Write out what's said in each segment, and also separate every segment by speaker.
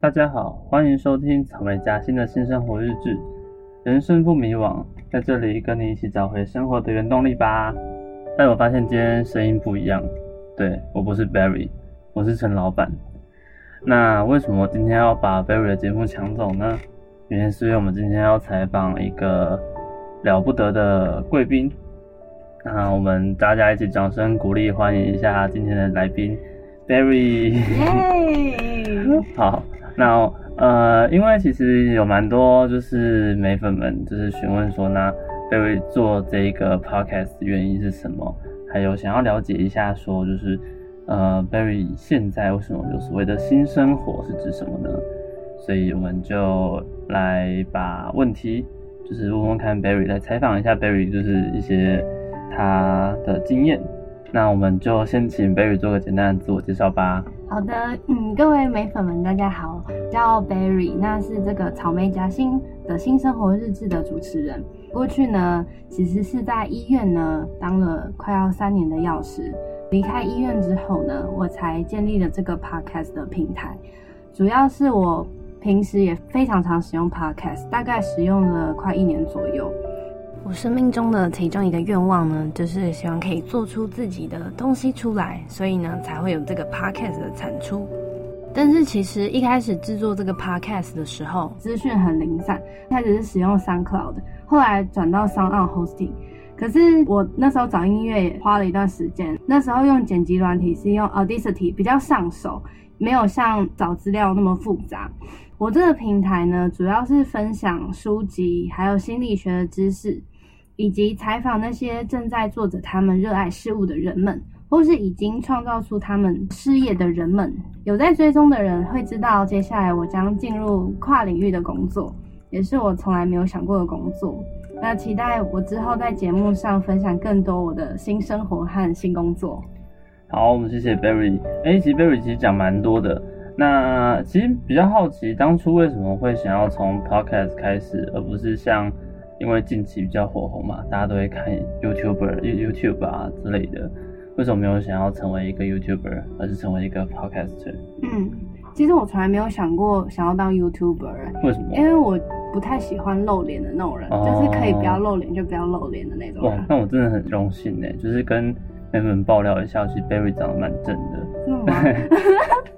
Speaker 1: 大家好，欢迎收听草莓夹心的新生活日志。人生不迷惘，在这里跟你一起找回生活的原动力吧。但我发现今天声音不一样，对我不是 Barry，我是陈老板。那为什么今天要把 Barry 的节目抢走呢？原因是因为我们今天要采访一个了不得的贵宾。那我们大家一起掌声鼓励，欢迎一下今天的来宾 Barry。
Speaker 2: 耶！
Speaker 1: 嗯好，那呃，因为其实有蛮多就是美粉们就是询问说，那贝瑞做这个 podcast 的原因是什么？还有想要了解一下说，就是呃，贝瑞现在为什么有所谓的新生活是指什么呢？所以我们就来把问题就是问问看 Barry，来采访一下 Barry，就是一些他的经验。那我们就先请 Barry 做个简单的自我介绍吧。
Speaker 2: 好的，嗯，各位美粉们，大家好，叫 Berry，那是这个草莓夹心的新生活日志的主持人。过去呢，其实是在医院呢当了快要三年的药师。离开医院之后呢，我才建立了这个 podcast 的平台。主要是我平时也非常常使用 podcast，大概使用了快一年左右。
Speaker 3: 我生命中的其中一个愿望呢，就是希望可以做出自己的东西出来，所以呢才会有这个 podcast 的产出。但是其实一开始制作这个 podcast 的时候，
Speaker 2: 资讯很零散，开始是使用 SoundCloud，后来转到 SoundOn Hosting。可是我那时候找音乐也花了一段时间，那时候用剪辑软体是用 Audacity 比较上手，没有像找资料那么复杂。我这个平台呢，主要是分享书籍，还有心理学的知识，以及采访那些正在做着他们热爱事物的人们，或是已经创造出他们事业的人们。有在追踪的人会知道，接下来我将进入跨领域的工作，也是我从来没有想过的工作。那期待我之后在节目上分享更多我的新生活和新工作。
Speaker 1: 好，我们谢谢 Berry。哎、其实 Berry 其实讲蛮多的。那其实比较好奇，当初为什么会想要从 podcast 开始，而不是像因为近期比较火红嘛，大家都会看 YouTuber、YouTube 啊之类的，为什么没有想要成为一个 YouTuber，而是成为一个 podcaster？
Speaker 2: 嗯，其实我从来没有想过想要当 YouTuber，欸
Speaker 1: 为什么？
Speaker 2: 因为我不太喜欢露脸的那种人，
Speaker 1: 哦
Speaker 2: 就是可以不要露脸就不要露脸的那种
Speaker 1: 哇
Speaker 2: 人，。
Speaker 1: 那我真的很荣幸呢，就是跟妹妹们爆料一下，其实 Berry 长得蛮正的，
Speaker 2: 真的吗？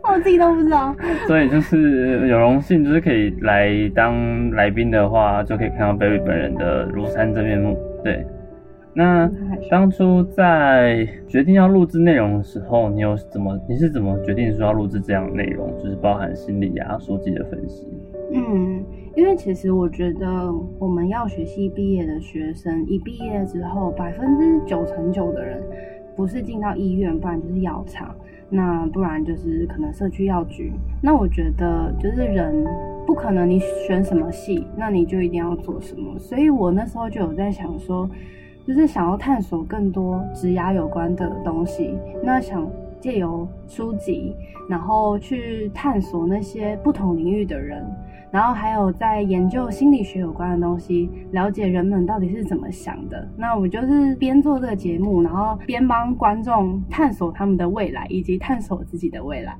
Speaker 2: 我自己都不知道。
Speaker 1: 所以就是有荣幸，就是可以来当来宾的话，就可以看到 Berry 本人的庐山真面目。对，那当初在决定要录制内容的时候，你有怎么？你是怎么决定说要录制这样的内容？就是包含心理啊、书籍的分析。
Speaker 2: 嗯，因为其实我觉得我们药学系毕业的学生，一毕业之后，百分之九成九的人不是进到医院，不然就是药厂，那不然就是可能社区药局。那我觉得就是人不可能你选什么系，那你就一定要做什么。所以我那时候就有在想说，就是想要探索更多职涯有关的东西，那想。借由书籍，然后去探索那些不同领域的人，然后还有在研究心理学有关的东西，了解人们到底是怎么想的。那我就是边做这个节目，然后边帮观众探索他们的未来，以及探索自己的未来。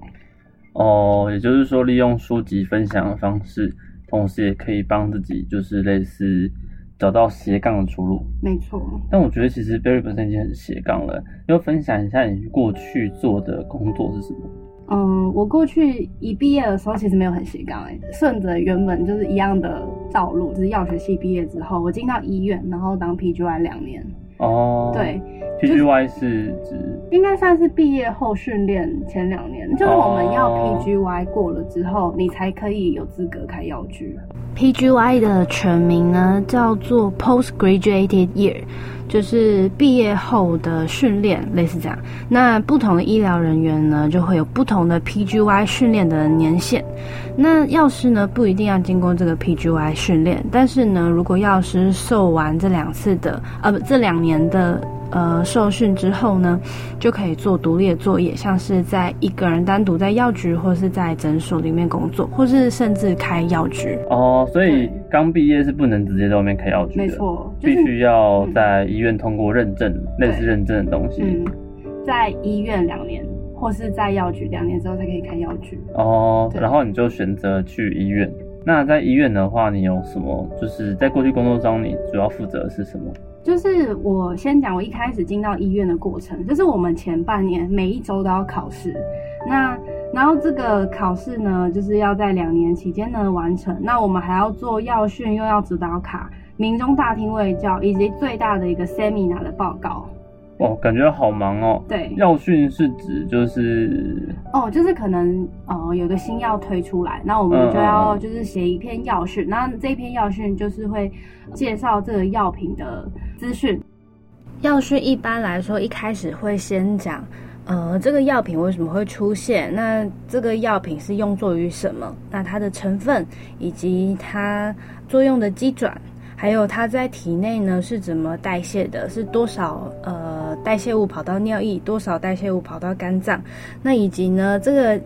Speaker 1: 哦，也就是说，利用书籍分享的方式，同时也可以帮自己，就是类似找到斜杠的出路。
Speaker 2: 没错，
Speaker 1: 但我觉得其实 Barry 本身已经很斜杠了，要分享一下你过去做的工作是什么？
Speaker 2: 嗯，我过去一毕业的时候其实没有很斜杠哎、顺着原本就是一样的道路，就是药学系毕业之后，我进到医院，然后当 PGY 两年。
Speaker 1: 哦，
Speaker 2: 对，
Speaker 1: ，PGY 是指
Speaker 2: 应该算是毕业后训练前两年，就是我们要
Speaker 1: 哦
Speaker 2: PGY 过了之后，你才可以有资格开药局。
Speaker 3: PGY 的全名呢叫做 Postgraduated Year，就是毕业后的训练，类似这样。那不同的医疗人员呢，就会有不同的 PGY 训练的年限。那药师呢，不一定要经过这个 PGY 训练，但是呢，如果药师受完这两次的，呃，不，这两年的。呃，受训之后呢，就可以做独立的作业，像是在一个人单独在药局，或是在诊所里面工作，或是甚至开药局。
Speaker 1: 哦，所以
Speaker 2: 对
Speaker 1: 刚毕业是不能直接在外面开药局的，
Speaker 2: 没，错，就
Speaker 1: 必
Speaker 2: 是嗯
Speaker 1: 须要在医院通过认证，类似
Speaker 2: 对
Speaker 1: 认证的东西。
Speaker 2: 嗯嗯，在医院两年或是在药局两年之后才可以开药局。
Speaker 1: 哦，
Speaker 2: 对
Speaker 1: 然后你就选择去医院。那在医院的话，你有什么？就是在过去工作中，你主要负责的是什么？
Speaker 2: 就是我先讲我一开始进到医院的过程，就是我们前半年每一周都要考试，那然后这个考试呢，就是要在两年期间呢完成。那我们还要做药训，又要指导卡、民众大厅卫教，以及最大的一个 seminar 的报告。
Speaker 1: 哦，感觉好忙哦。
Speaker 2: 对，
Speaker 1: 药训是指就是
Speaker 2: 哦，就是可能呃有个新药推出来，那我们就
Speaker 1: 嗯
Speaker 2: 要
Speaker 1: 嗯嗯
Speaker 2: 就是写一篇药讯，那这篇药讯就是会介绍这个药品的资讯，
Speaker 3: 药是一般来说一开始会先讲，呃，这个药品为什么会出现？那这个药品是用作于什么？那它的成分以及它作用的机转，还有它在体内呢是怎么代谢的？是多少呃代谢物跑到尿液，多少代谢物跑到肝脏？那以及呢这个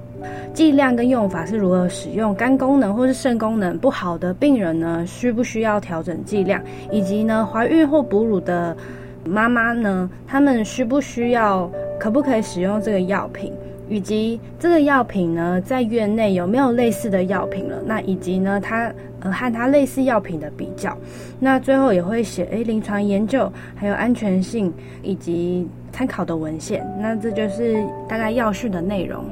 Speaker 3: 剂量跟用法是如何使用？肝功能或是肾功能不好的病人呢，需不需要调整剂量？以及呢怀孕或哺乳的。妈妈呢，他们需不需要，可不可以使用这个药品，以及这个药品呢，在院内有没有类似的药品了？那以及呢，它呃和它类似药品的比较，那最后也会写诶临床研究，还有安全性以及参考的文献。那这就是大概药序的内容。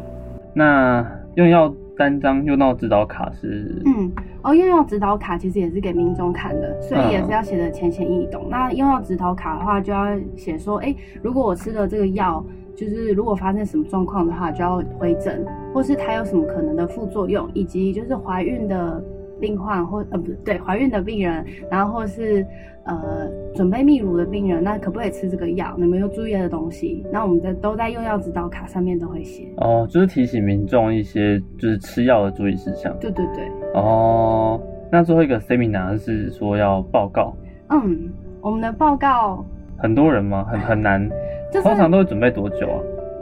Speaker 1: 那用药单张用到指导卡是
Speaker 2: 嗯，哦，用药指导卡其实也是给民众看的，所以也是要写的浅显易懂。那用药指导卡的话，就要写说，哎、如果我吃了这个药，就是如果发生什么状况的话，就要回诊，或是它有什么可能的副作用，以及就是怀孕的病患或呃不对，怀孕的病人，然后或是呃准备泌乳的病人，那可不可以吃这个药？你们有注意的东西，那我们在都在用药指导卡上面都会写。
Speaker 1: 哦，就是提醒民众一些就是吃药的注意事项。
Speaker 2: 对对对。
Speaker 1: 哦，那最后一个 seminar 是说要报告，
Speaker 2: 嗯，我们的报告
Speaker 1: 很多人吗？很很难，
Speaker 2: 就是
Speaker 1: 通常都会准备多久啊？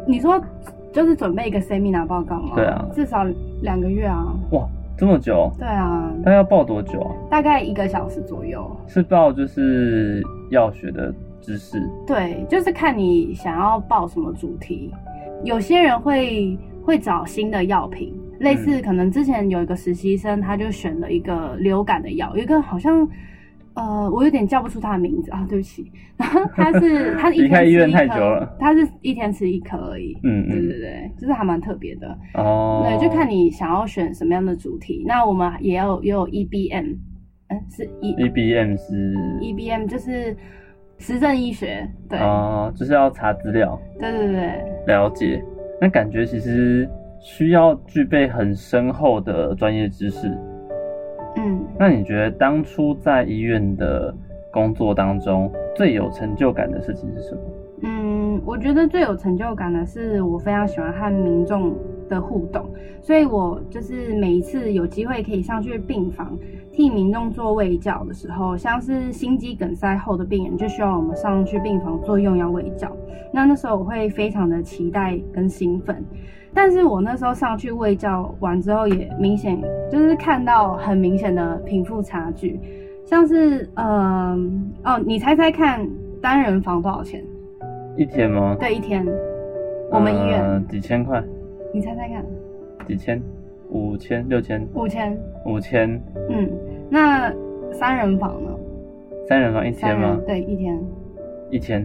Speaker 2: 你说就是准备一个 seminar 报告吗？
Speaker 1: 对啊
Speaker 2: 至少两个月啊。
Speaker 1: 哇，这么久？
Speaker 2: 对啊，
Speaker 1: 那要报多久啊？
Speaker 2: 大概一个小时左右。
Speaker 1: 是报就是药学的知识
Speaker 2: 对，就是看你想要报什么主题。有些人会会找新的药品，类
Speaker 1: 嗯
Speaker 2: 似可能之前有一个实习生，他就选了一个流感的药，有一个好像。呃，我有点叫不出他的名字啊，对不起。 然后他是他一
Speaker 1: 离开
Speaker 2: 天
Speaker 1: 医院
Speaker 2: 吃一
Speaker 1: 太
Speaker 2: 颗
Speaker 1: 久了
Speaker 2: 他是一天吃一颗而已。
Speaker 1: 嗯嗯
Speaker 2: 对对对，就是还蛮特别的。
Speaker 1: 哦。
Speaker 2: 对，就看你想要选什么样的主题。那我们也有也有 EBM，嗯，是 E
Speaker 1: EBM 是
Speaker 2: EBM 就是实证医学，对，
Speaker 1: 哦，就是要查资料
Speaker 2: 对对对，
Speaker 1: 了解。那感觉其实需要具备很深厚的专业知识。
Speaker 2: 嗯，
Speaker 1: 那你觉得当初在医院的工作当中最有成就感的事情是什么？
Speaker 2: 嗯，我觉得最有成就感的是，我非常喜欢和民众的互动，所以我就是每一次有机会可以上去病房替民众做胃教的时候，像是心肌梗塞后的病人就需要我们上去病房做用药胃教，那那时候我会非常的期待跟兴奋。但是我那时候上去胃教完之后，也明显就是看到很明显的贫富差距，像是嗯、哦，你猜猜看单人房多少钱？
Speaker 1: 一天吗？
Speaker 2: 对，一天，我们医院，
Speaker 1: 呃几千块，
Speaker 2: 你猜猜看，
Speaker 1: 几千，五千、六千、
Speaker 2: 五千，
Speaker 1: 五千，
Speaker 2: 嗯，那三人房呢？
Speaker 1: 三人房一
Speaker 2: 三
Speaker 1: 千吗
Speaker 2: 人？对，一天，
Speaker 1: 一千。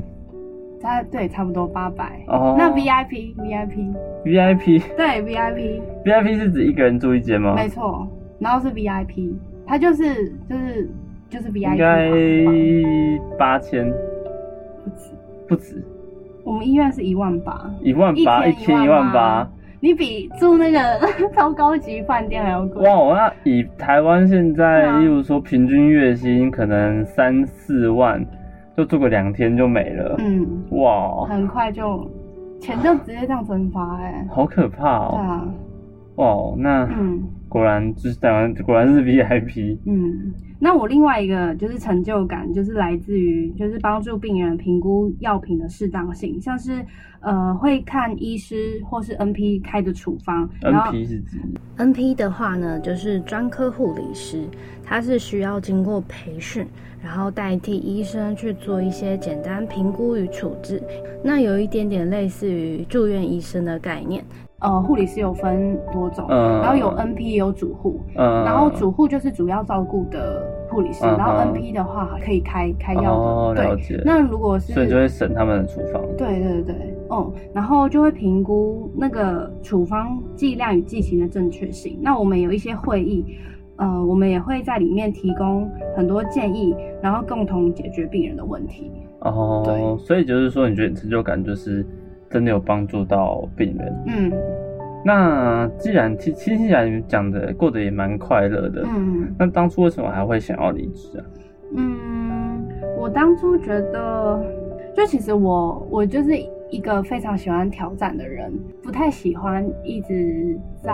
Speaker 2: 差对，差不多八百。
Speaker 1: 哦，
Speaker 2: 那 VIP VIP
Speaker 1: VIP
Speaker 2: 对 VIP，
Speaker 1: VIP 是指一个人住一间吗？
Speaker 2: 没错，然后是 VIP，它就是就是就是
Speaker 1: 应
Speaker 2: VIP
Speaker 1: 该
Speaker 2: 房吧
Speaker 1: 八千，
Speaker 2: 不止，
Speaker 1: 不止
Speaker 2: 我们医院是一万八，
Speaker 1: 一万八，
Speaker 2: 一
Speaker 1: 一
Speaker 2: 天
Speaker 1: 天
Speaker 2: 一
Speaker 1: 一
Speaker 2: 万
Speaker 1: 万
Speaker 2: 八
Speaker 1: 八。
Speaker 2: 你比住那个 超高级饭店还要贵。
Speaker 1: 哇，我那以台湾现
Speaker 2: 对
Speaker 1: 在，
Speaker 2: 啊
Speaker 1: 例如说平均月薪可能三四万，就住个两天就没了。
Speaker 2: 嗯，
Speaker 1: 哇，
Speaker 2: 很快就钱就直接这样蒸发哎、
Speaker 1: 好可怕哦！
Speaker 2: 对啊，
Speaker 1: 哇，那
Speaker 2: 嗯。
Speaker 1: 果然就是台湾，果然是 VIP。
Speaker 2: 嗯，那我另外一个就是成就感，就是来自于就是帮助病人评估药品的适当性，像是呃会看医师或是 NP 开的处方，嗯然后
Speaker 1: NP 是指
Speaker 3: NP 的话呢，就是专科护理师，他是需要经过培训，然后代替医生去做一些简单评估与处置。那有一点点类似于住院医生的概念。
Speaker 2: 呃护理师有分多种，
Speaker 1: 嗯
Speaker 2: 然后有 NP 也有主护，
Speaker 1: 嗯，
Speaker 2: 然后主护就是主要照顾的护理师，
Speaker 1: 嗯
Speaker 2: 然后
Speaker 1: 嗯
Speaker 2: NP 的话可以开开药的，
Speaker 1: 哦，了
Speaker 2: 对。
Speaker 1: 解。
Speaker 2: 那如果是
Speaker 1: 所以就会省他们的处方。
Speaker 2: 对对对，嗯，然后就会评估那个处方剂量与剂型的正确性。那我们有一些会议，呃，我们也会在里面提供很多建议，然后共同解决病人的问题。
Speaker 1: 哦，
Speaker 2: 对
Speaker 1: 所以就是说，你觉得你成就感就是真的有帮助到病人。
Speaker 2: 嗯
Speaker 1: 那既然听听起来你讲的过得也蛮快乐的，
Speaker 2: 嗯
Speaker 1: 那当初为什么还会想要离职啊？
Speaker 2: 嗯，我当初觉得，就其实我我就是一个非常喜欢挑战的人，不太喜欢一直在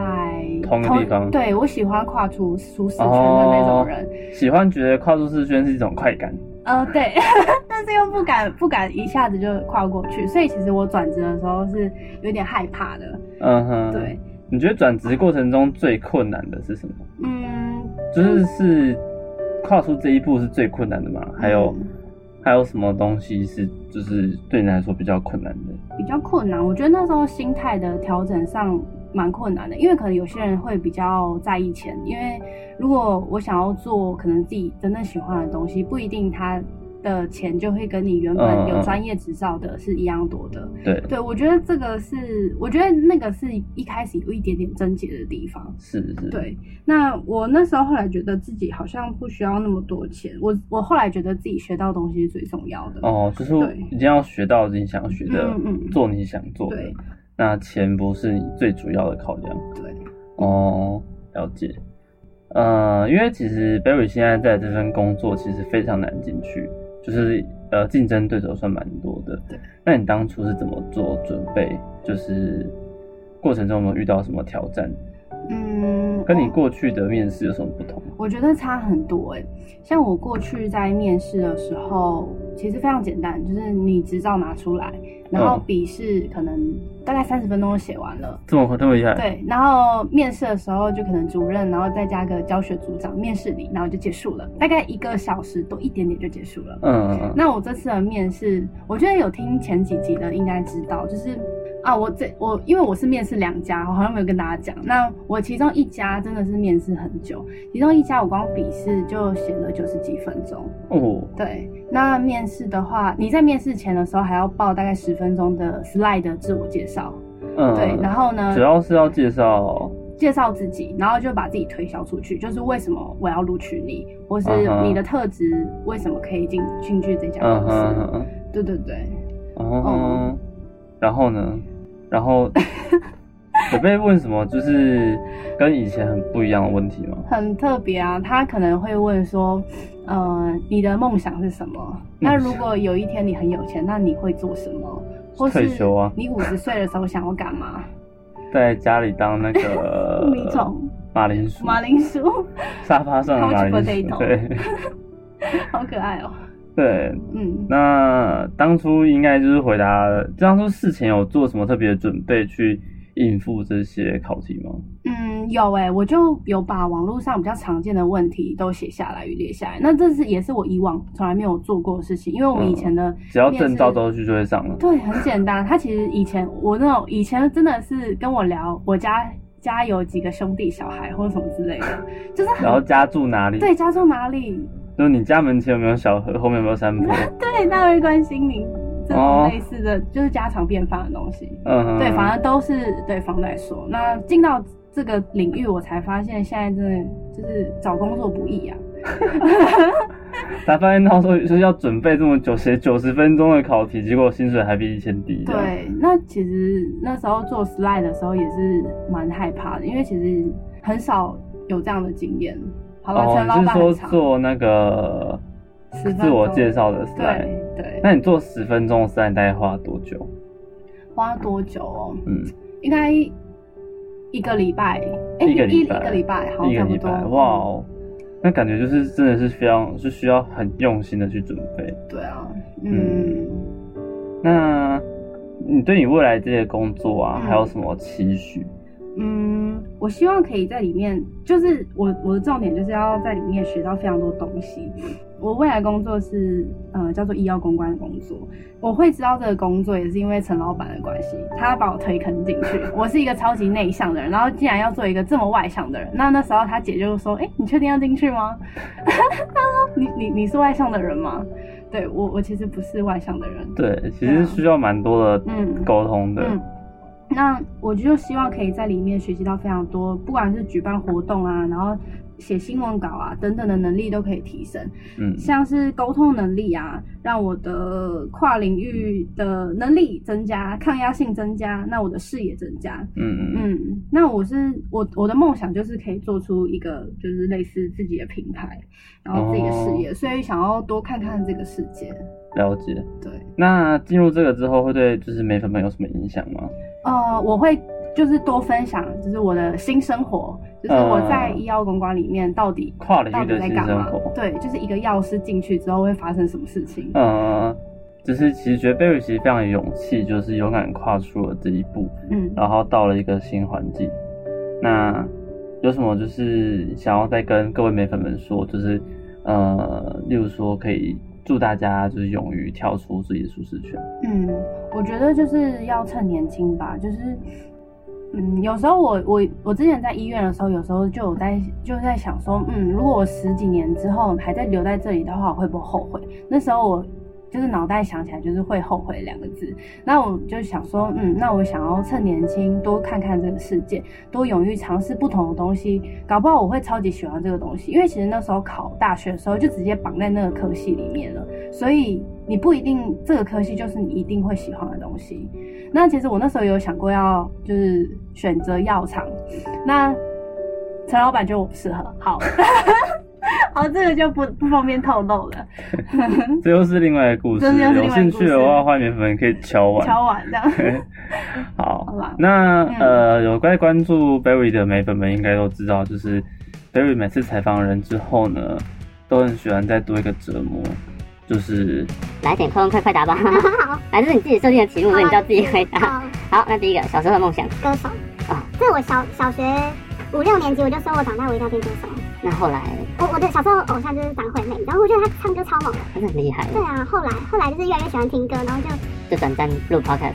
Speaker 1: 同一个地方哦
Speaker 2: 对我喜欢跨出舒适圈的那种人。
Speaker 1: 喜欢觉得跨出舒适圈是一种快感，
Speaker 2: 呃，对， 但是又不敢不敢一下子就跨过去，所以其实我转职的时候是有点害怕的。
Speaker 1: 嗯哼，
Speaker 2: 对。，
Speaker 1: 你觉得转职过程中最困难的是什么？
Speaker 2: 嗯，
Speaker 1: 就是是跨出这一步是最困难的吗？还有、
Speaker 2: 嗯
Speaker 1: 还有什么东西是就是对你来说比较困难的？
Speaker 2: 比较困难。我觉得那时候心态的调整上蛮困难的，因为可能有些人会比较在意钱，因为如果我想要做可能自己真正喜欢的东西，不一定他的钱就会跟你原
Speaker 1: 嗯
Speaker 2: 本
Speaker 1: 嗯
Speaker 2: 有专业执照的是一样多的。
Speaker 1: 对，
Speaker 2: 对，我觉得这个是，我觉得那个是一开始有一点点症结的地方。
Speaker 1: 是是，，
Speaker 2: 对，那我那时候后来觉得自己好像不需要那么多钱，我我后来觉得自己学到东西是最重要的。
Speaker 1: 哦，啊就是
Speaker 2: 对
Speaker 1: 一定要学到你想学的，
Speaker 2: 嗯嗯
Speaker 1: 做你想做的
Speaker 2: 对。
Speaker 1: 那钱不是你最主要的考量。
Speaker 2: 嗯对，
Speaker 1: 哦，了解。呃，因为其实 Barry 现在在这份工作其实非常难进去，就是呃竞争对手算蛮多的。
Speaker 2: 对。
Speaker 1: 那你当初是怎么做准备？就是过程中有没有遇到什么挑战？
Speaker 2: 嗯，
Speaker 1: 跟你
Speaker 2: 我
Speaker 1: 过去的面试有什么不同？
Speaker 2: 我觉得差很多哎、像我过去在面试的时候，其实非常简单，就是你执照拿出来，然后
Speaker 1: 嗯
Speaker 2: 笔试可能大概三十分钟就写完了。
Speaker 1: 这么这么厉害？
Speaker 2: 对，然后面试的时候就可能主任，然后再加个教学组长，面试你，然后就结束了，大概一个小时多一点点就结束了。
Speaker 1: 嗯。嗯嗯。
Speaker 2: 那我这次的面试，我觉得有听前几集的应该知道，就是啊，我这我因为我是面试两家，我好像没有跟大家讲。那我其中一家真的是面试很久，其中一家我光笔试就写了九十几分钟。
Speaker 1: 哦，
Speaker 2: 对，那面试的话，你在面试前的时候还要报大概十分钟的 slide 的自我介绍，
Speaker 1: 嗯。
Speaker 2: 对，然后呢
Speaker 1: 主，要是要介绍，
Speaker 2: 介绍自己，然后就把自己推销出去，就是为什么我要录取你，或是
Speaker 1: 嗯哼
Speaker 2: 你的特质为什么可以进进去这家
Speaker 1: 嗯
Speaker 2: 公司。
Speaker 1: 哼嗯哼，
Speaker 2: 对对对。
Speaker 1: 哦，然后呢？然后有被问什么？就是跟以前很不一样的问题吗？
Speaker 2: 很特别啊，他可能会问说，呃，你的梦想是什么？那如果有一天你很有钱，那你会做什么？或是
Speaker 1: 退休啊
Speaker 2: 你五十岁的时候想要干嘛？ 呃
Speaker 1: 在家里当那个
Speaker 2: 米虫、
Speaker 1: 马铃薯、
Speaker 2: 马铃薯，
Speaker 1: 沙发上的马铃
Speaker 2: couch
Speaker 1: 薯，
Speaker 2: potato
Speaker 1: 对
Speaker 2: 好可爱哦。
Speaker 1: 对。
Speaker 2: 嗯，
Speaker 1: 那当初应该就是回答，当初事前有做什么特别的准备去应付这些考题吗？
Speaker 2: 嗯，有哎、我就有把网络上比较常见的问题都写下来与列下来。那这是也是我以往从来没有做过的事情，因为我们
Speaker 1: 嗯
Speaker 2: 以前的、
Speaker 1: 只要证照都去就会上了。
Speaker 2: 对，很简单。他其实以前我那种以前真的是跟我聊我家家有几个兄弟小孩或者什么之类 的，就是
Speaker 1: 然后
Speaker 2: 很
Speaker 1: 家住哪里？，
Speaker 2: 对家住哪里，
Speaker 1: 就是你家门前有没有小河，后面有没有山坡？
Speaker 2: 对，那会关心你这
Speaker 1: 哦
Speaker 2: 种类似的，就是家常便饭的东西。
Speaker 1: 嗯，
Speaker 2: 对，反正都是对方在说。那进到这个领域，我才发现现在真的就是找工作不易啊。
Speaker 1: 才发现到时候就是要准备这么久，写九十分钟的考题，结果薪水还比以前低。这样，
Speaker 2: 对，那其实那时候做 slide 的时候也是蛮害怕的，因为其实很少有这样的经验。好吧，陈
Speaker 1: 哦，
Speaker 2: 老
Speaker 1: 你是
Speaker 2: 板很
Speaker 1: 说
Speaker 2: 长
Speaker 1: 做那个
Speaker 2: 10分钟
Speaker 1: 自我介绍的 slide？
Speaker 2: 对对，
Speaker 1: 那你做十分钟的 slide 大概花多久？
Speaker 2: 花多久哦？
Speaker 1: 嗯，
Speaker 2: 应该一一个礼拜，哎，
Speaker 1: 一个礼
Speaker 2: 一
Speaker 1: 拜
Speaker 2: 个礼拜，好
Speaker 1: 一个
Speaker 2: 像差不
Speaker 1: 礼
Speaker 2: 多。嗯
Speaker 1: 拜，哇哦，那感觉就是真的是非常是需要很用心的去准备。
Speaker 2: 对啊，
Speaker 1: 嗯
Speaker 2: 嗯，
Speaker 1: 那你对你未来这些工作啊，
Speaker 2: 嗯
Speaker 1: 还有什么期许？
Speaker 2: 嗯，我希望可以在里面，就是我我的重点就是要在里面学到非常多东西。我未来工作是呃叫做医药公关的工作，我会知道这个工作也是因为陈老板的关系，他把我推坑进去。我是一个超级内向的人，然后竟然要做一个这么外向的人，那那时候他姐就说：“哎、你确定要进去吗？ 他说你你你是外向的人吗？”对我我其实不是外向的人，
Speaker 1: 对，其
Speaker 2: 对
Speaker 1: 实
Speaker 2: 啊
Speaker 1: 需要蛮多的
Speaker 2: 嗯
Speaker 1: 沟通的。
Speaker 2: 嗯，那我就希望可以在里面学习到非常多，不管是举办活动啊，然后写新闻稿啊等等的能力都可以提升，
Speaker 1: 嗯
Speaker 2: 像是沟通能力啊，让我的跨领域的能力增加，抗压性增加，那我的视野增加。
Speaker 1: 嗯嗯
Speaker 2: 嗯，那我是我我的梦想就是可以做出一个就是类似自己的品牌，然后自己的事业，所以想要多看看这个世界。
Speaker 1: 了解。
Speaker 2: 对，
Speaker 1: 那进入这个之后，会对就是美粉们有什么影响吗？
Speaker 2: 呃，我会就是多分享，就是我的新生活，就是我在
Speaker 1: 嗯
Speaker 2: 医药公关里面到底、
Speaker 1: 跨领
Speaker 2: 到
Speaker 1: 域
Speaker 2: 底
Speaker 1: 的
Speaker 2: 在
Speaker 1: 新
Speaker 2: 干
Speaker 1: 生
Speaker 2: 嘛
Speaker 1: 活？。
Speaker 2: 对，就是一个药师进去之后会发生什么事情。
Speaker 1: 嗯，就是其实觉得贝瑞其实非常有勇气，就是勇敢跨出了这一步，
Speaker 2: 嗯，
Speaker 1: 然后到了一个新环境。那有什么就是想要再跟各位美粉们说，就是呃，例如说可以祝大家就是勇于跳出自己的舒适圈。
Speaker 2: 嗯，我觉得就是要趁年轻吧，就是，嗯，有时候我我我之前在医院的时候，有时候就有在就在想说，嗯，如果我十几年之后还在留在这里的话，我会不会后悔？那时候我就是脑袋想起来就是会后悔两个字，那我就想说，嗯，那我想要趁年轻多看看这个世界，多勇于尝试不同的东西，搞不好我会超级喜欢这个东西，因为其实那时候考大学的时候就直接绑在那个科系里面了。所以你不一定这个科系就是你一定会喜欢的东西。那其实我那时候有想过要就是选择药厂，那陈老板觉得我不适合，好， 好，这个就不不方便透露了，
Speaker 1: 这又是另外一个故事，
Speaker 2: 这又
Speaker 1: 有
Speaker 2: 是另外一个故事
Speaker 1: 兴趣的话，欢迎美粉们可以敲碗。
Speaker 2: 敲碗这样。
Speaker 1: 好，
Speaker 2: 好吧
Speaker 1: 那、
Speaker 2: 嗯
Speaker 1: 呃，有在关注 Berry 的美粉们应该都知道，就是 Berry 每次采访人之后呢，都很喜欢再多一个折磨，就是
Speaker 4: 来点空，快快答吧。反正是你自己设定的题目，所以你就要自己回答。
Speaker 5: 嗯
Speaker 4: 好，那第一个，小时候的梦想。
Speaker 5: 啊歌手
Speaker 4: 啊，
Speaker 5: 这我小小学五六年级我就说我长大我一定要变歌手。
Speaker 4: 那后来，
Speaker 5: 我我的小时候偶像就是张惠妹，然后我觉得她唱歌超猛的。
Speaker 4: 真的很厉害，
Speaker 5: 对啊，后来后来就是越来越喜欢听歌，然后就
Speaker 4: 就转战录 podcast，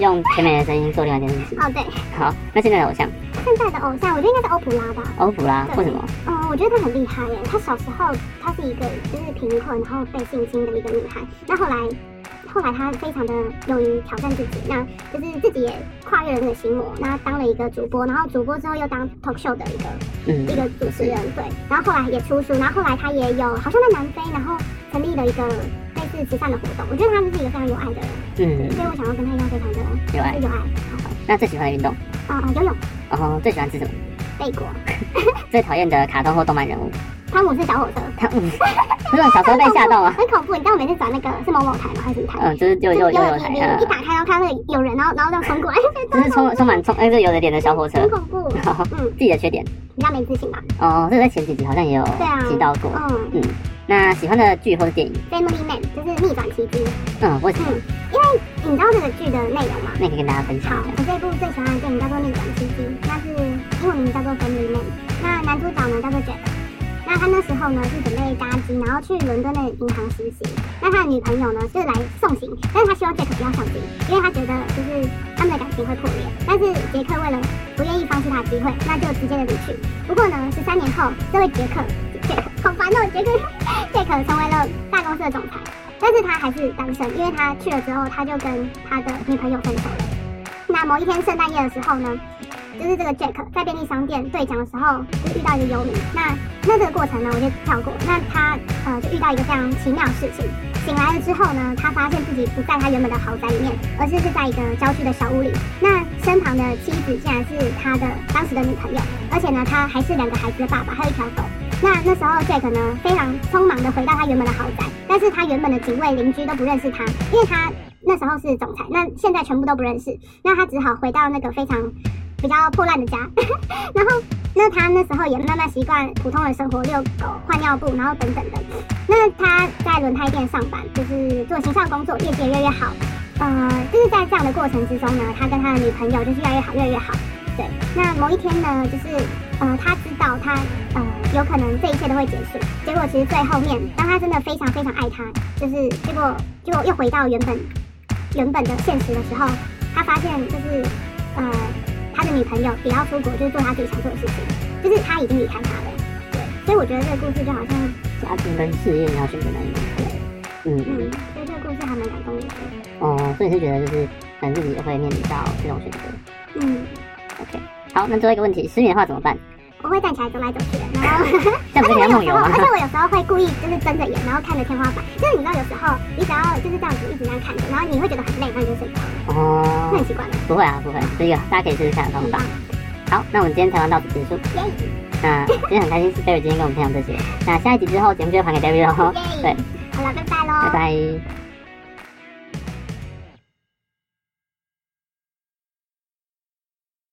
Speaker 4: 用甜美的声音做另外一件事情。
Speaker 5: 哦对，
Speaker 4: 好，那现在的偶像
Speaker 5: 现在的偶像我觉得应该是欧普拉吧。
Speaker 4: 欧普拉，
Speaker 5: 对
Speaker 4: 为什么？
Speaker 5: 嗯，我觉得她很厉害耶。她小时候她是一个就是贫困然后被性侵的一个女孩，那后来。后来她非常的勇于挑战自己，那就是自己也跨越了那个心魔，那当了一个主播，然后主播之后又当 talk show 的一个
Speaker 4: 嗯
Speaker 5: 一，个主持人，对。然后后来也出书，然后后来他也有好像在南非，然后成立了一个类似慈善的活动。我觉得他就是一个非常有爱的人，
Speaker 4: 嗯，
Speaker 5: 所以我想要跟他一样非常的
Speaker 4: 有爱。
Speaker 5: 有爱。
Speaker 4: 那最喜欢的运动，
Speaker 5: 啊、啊、游泳、
Speaker 4: 然后最喜欢吃什么？
Speaker 5: 贝果、
Speaker 4: 最讨厌的卡通或动漫人物？
Speaker 5: 汤姆是小火车，
Speaker 4: 他嗯，不是小时候被吓到吗？
Speaker 5: 很恐怖。你知道我每次转那呃个是某某台吗？还是什么台？
Speaker 4: 嗯，就是就
Speaker 5: 就是
Speaker 4: 就
Speaker 5: 游
Speaker 4: 游
Speaker 5: 泳
Speaker 4: 泳
Speaker 5: 机
Speaker 4: 台
Speaker 5: 你
Speaker 4: 啊
Speaker 5: 一，打开，然后看到那里有人，然后然后再冲过来，
Speaker 4: 就是充充满冲哎，就有着脸的小火车
Speaker 5: 很。恐怖。
Speaker 4: 好，
Speaker 5: 嗯，
Speaker 4: 自己的缺点
Speaker 5: 比较没自信吧。
Speaker 4: 哦，这个在前几集好像也有
Speaker 5: 对啊
Speaker 4: 提到过。
Speaker 5: 嗯
Speaker 4: 嗯，那喜欢的剧或是电影，
Speaker 5: ，Family Man 就是逆转奇迹。
Speaker 4: 嗯，为什么？
Speaker 5: 嗯，因为你知道这个剧的内容吗？
Speaker 4: 那可以跟大家分
Speaker 5: 好
Speaker 4: 享一下，。
Speaker 5: 我这部最喜欢的电影叫做《逆转奇迹》，那是英文名叫做《Family Man》，那男主角呢叫做 Jack。那他那时候呢是准备搭机，然后去伦敦的银行实习。那他的女朋友呢是来送行，但是他希望 Jack 不要上机，因为他觉得就是他们的感情会破裂。但是杰克为了不愿意放弃他的机会，那就直接的离去。不过呢，十三年后，这位杰克， 杰克好烦哦，杰克， 杰克成为了大公司的总裁，但是他还是单身，因为他去了之后，他就跟他的女朋友分手了。那某一天圣诞夜的时候呢，就是这个 Jack 在便利商店兑奖的时候，就遇到一个幽灵。那那这个过程呢，我就跳过。那他呃就遇到一个非常奇妙的事情。醒来了之后呢，他发现自己不在他原本的豪宅里面，而是是在一个郊区的小屋里。那身旁的妻子竟然是他的当时的女朋友，而且呢，他还是两个孩子的爸爸，还有一条狗。那那时候 Jack 呢非常匆忙的回到他原本的豪宅，但是他原本的警卫邻居都不认识他，因为他那时候是总裁，那现在全部都不认识。那他只好回到那个非常比较破烂的家， 然后那他那时候也慢慢习惯普通的生活，遛狗、换尿布，然后等等的。那他在轮胎店上班，就是做形象工作，业绩也越来越好。呃，就是在这样的过程之中呢，他跟他的女朋友就是越来越好，越来越好。对，那某一天呢，就是呃，他知道他呃有可能这一切都会结束，结果其实最后面，当他真的非常非常爱他，就是结果结果又回到原本原本的现实的时候，他发现就是呃他的女朋友也要出国，就是做他自己想做的事情，就是他已经离开他了。对，所以我觉得这个故事就好像
Speaker 4: 家庭跟事业你要选择哪一个？对，嗯，
Speaker 5: 嗯，所以这个故事还蛮感动我的。
Speaker 4: 哦，所以是觉得就是可能自己也会面临到这种选择。
Speaker 5: 嗯，
Speaker 4: OK，好，那最后一个问题，失眠的话怎么办？
Speaker 5: 我会站起来走来走去的，然 后。
Speaker 4: 这样
Speaker 5: 而
Speaker 4: 不
Speaker 5: 且
Speaker 4: 是
Speaker 5: 我
Speaker 4: 你要
Speaker 5: 有
Speaker 4: 梦游吗
Speaker 5: 啊时候，而？且我有时候会故意就是睁着眼，然后看着天花板。就是你知道，有时候你只要就是这样子一直这样看着，然后你会觉得很累，然后你就睡着了，这很
Speaker 4: 哦，
Speaker 5: 奇怪的。
Speaker 4: 不会啊，不会，这个大家可以试试看的方
Speaker 5: 很
Speaker 4: 法
Speaker 5: 棒。，
Speaker 4: 好，那我们今天台湾到此结束。
Speaker 5: 耶
Speaker 4: 那今天很开心是 Barry 今天跟我们分享这些。那下一集之后节目就会还给 Barry 喽。
Speaker 5: 耶！
Speaker 4: 对，
Speaker 5: 好了，拜拜喽，
Speaker 4: 哦拜拜。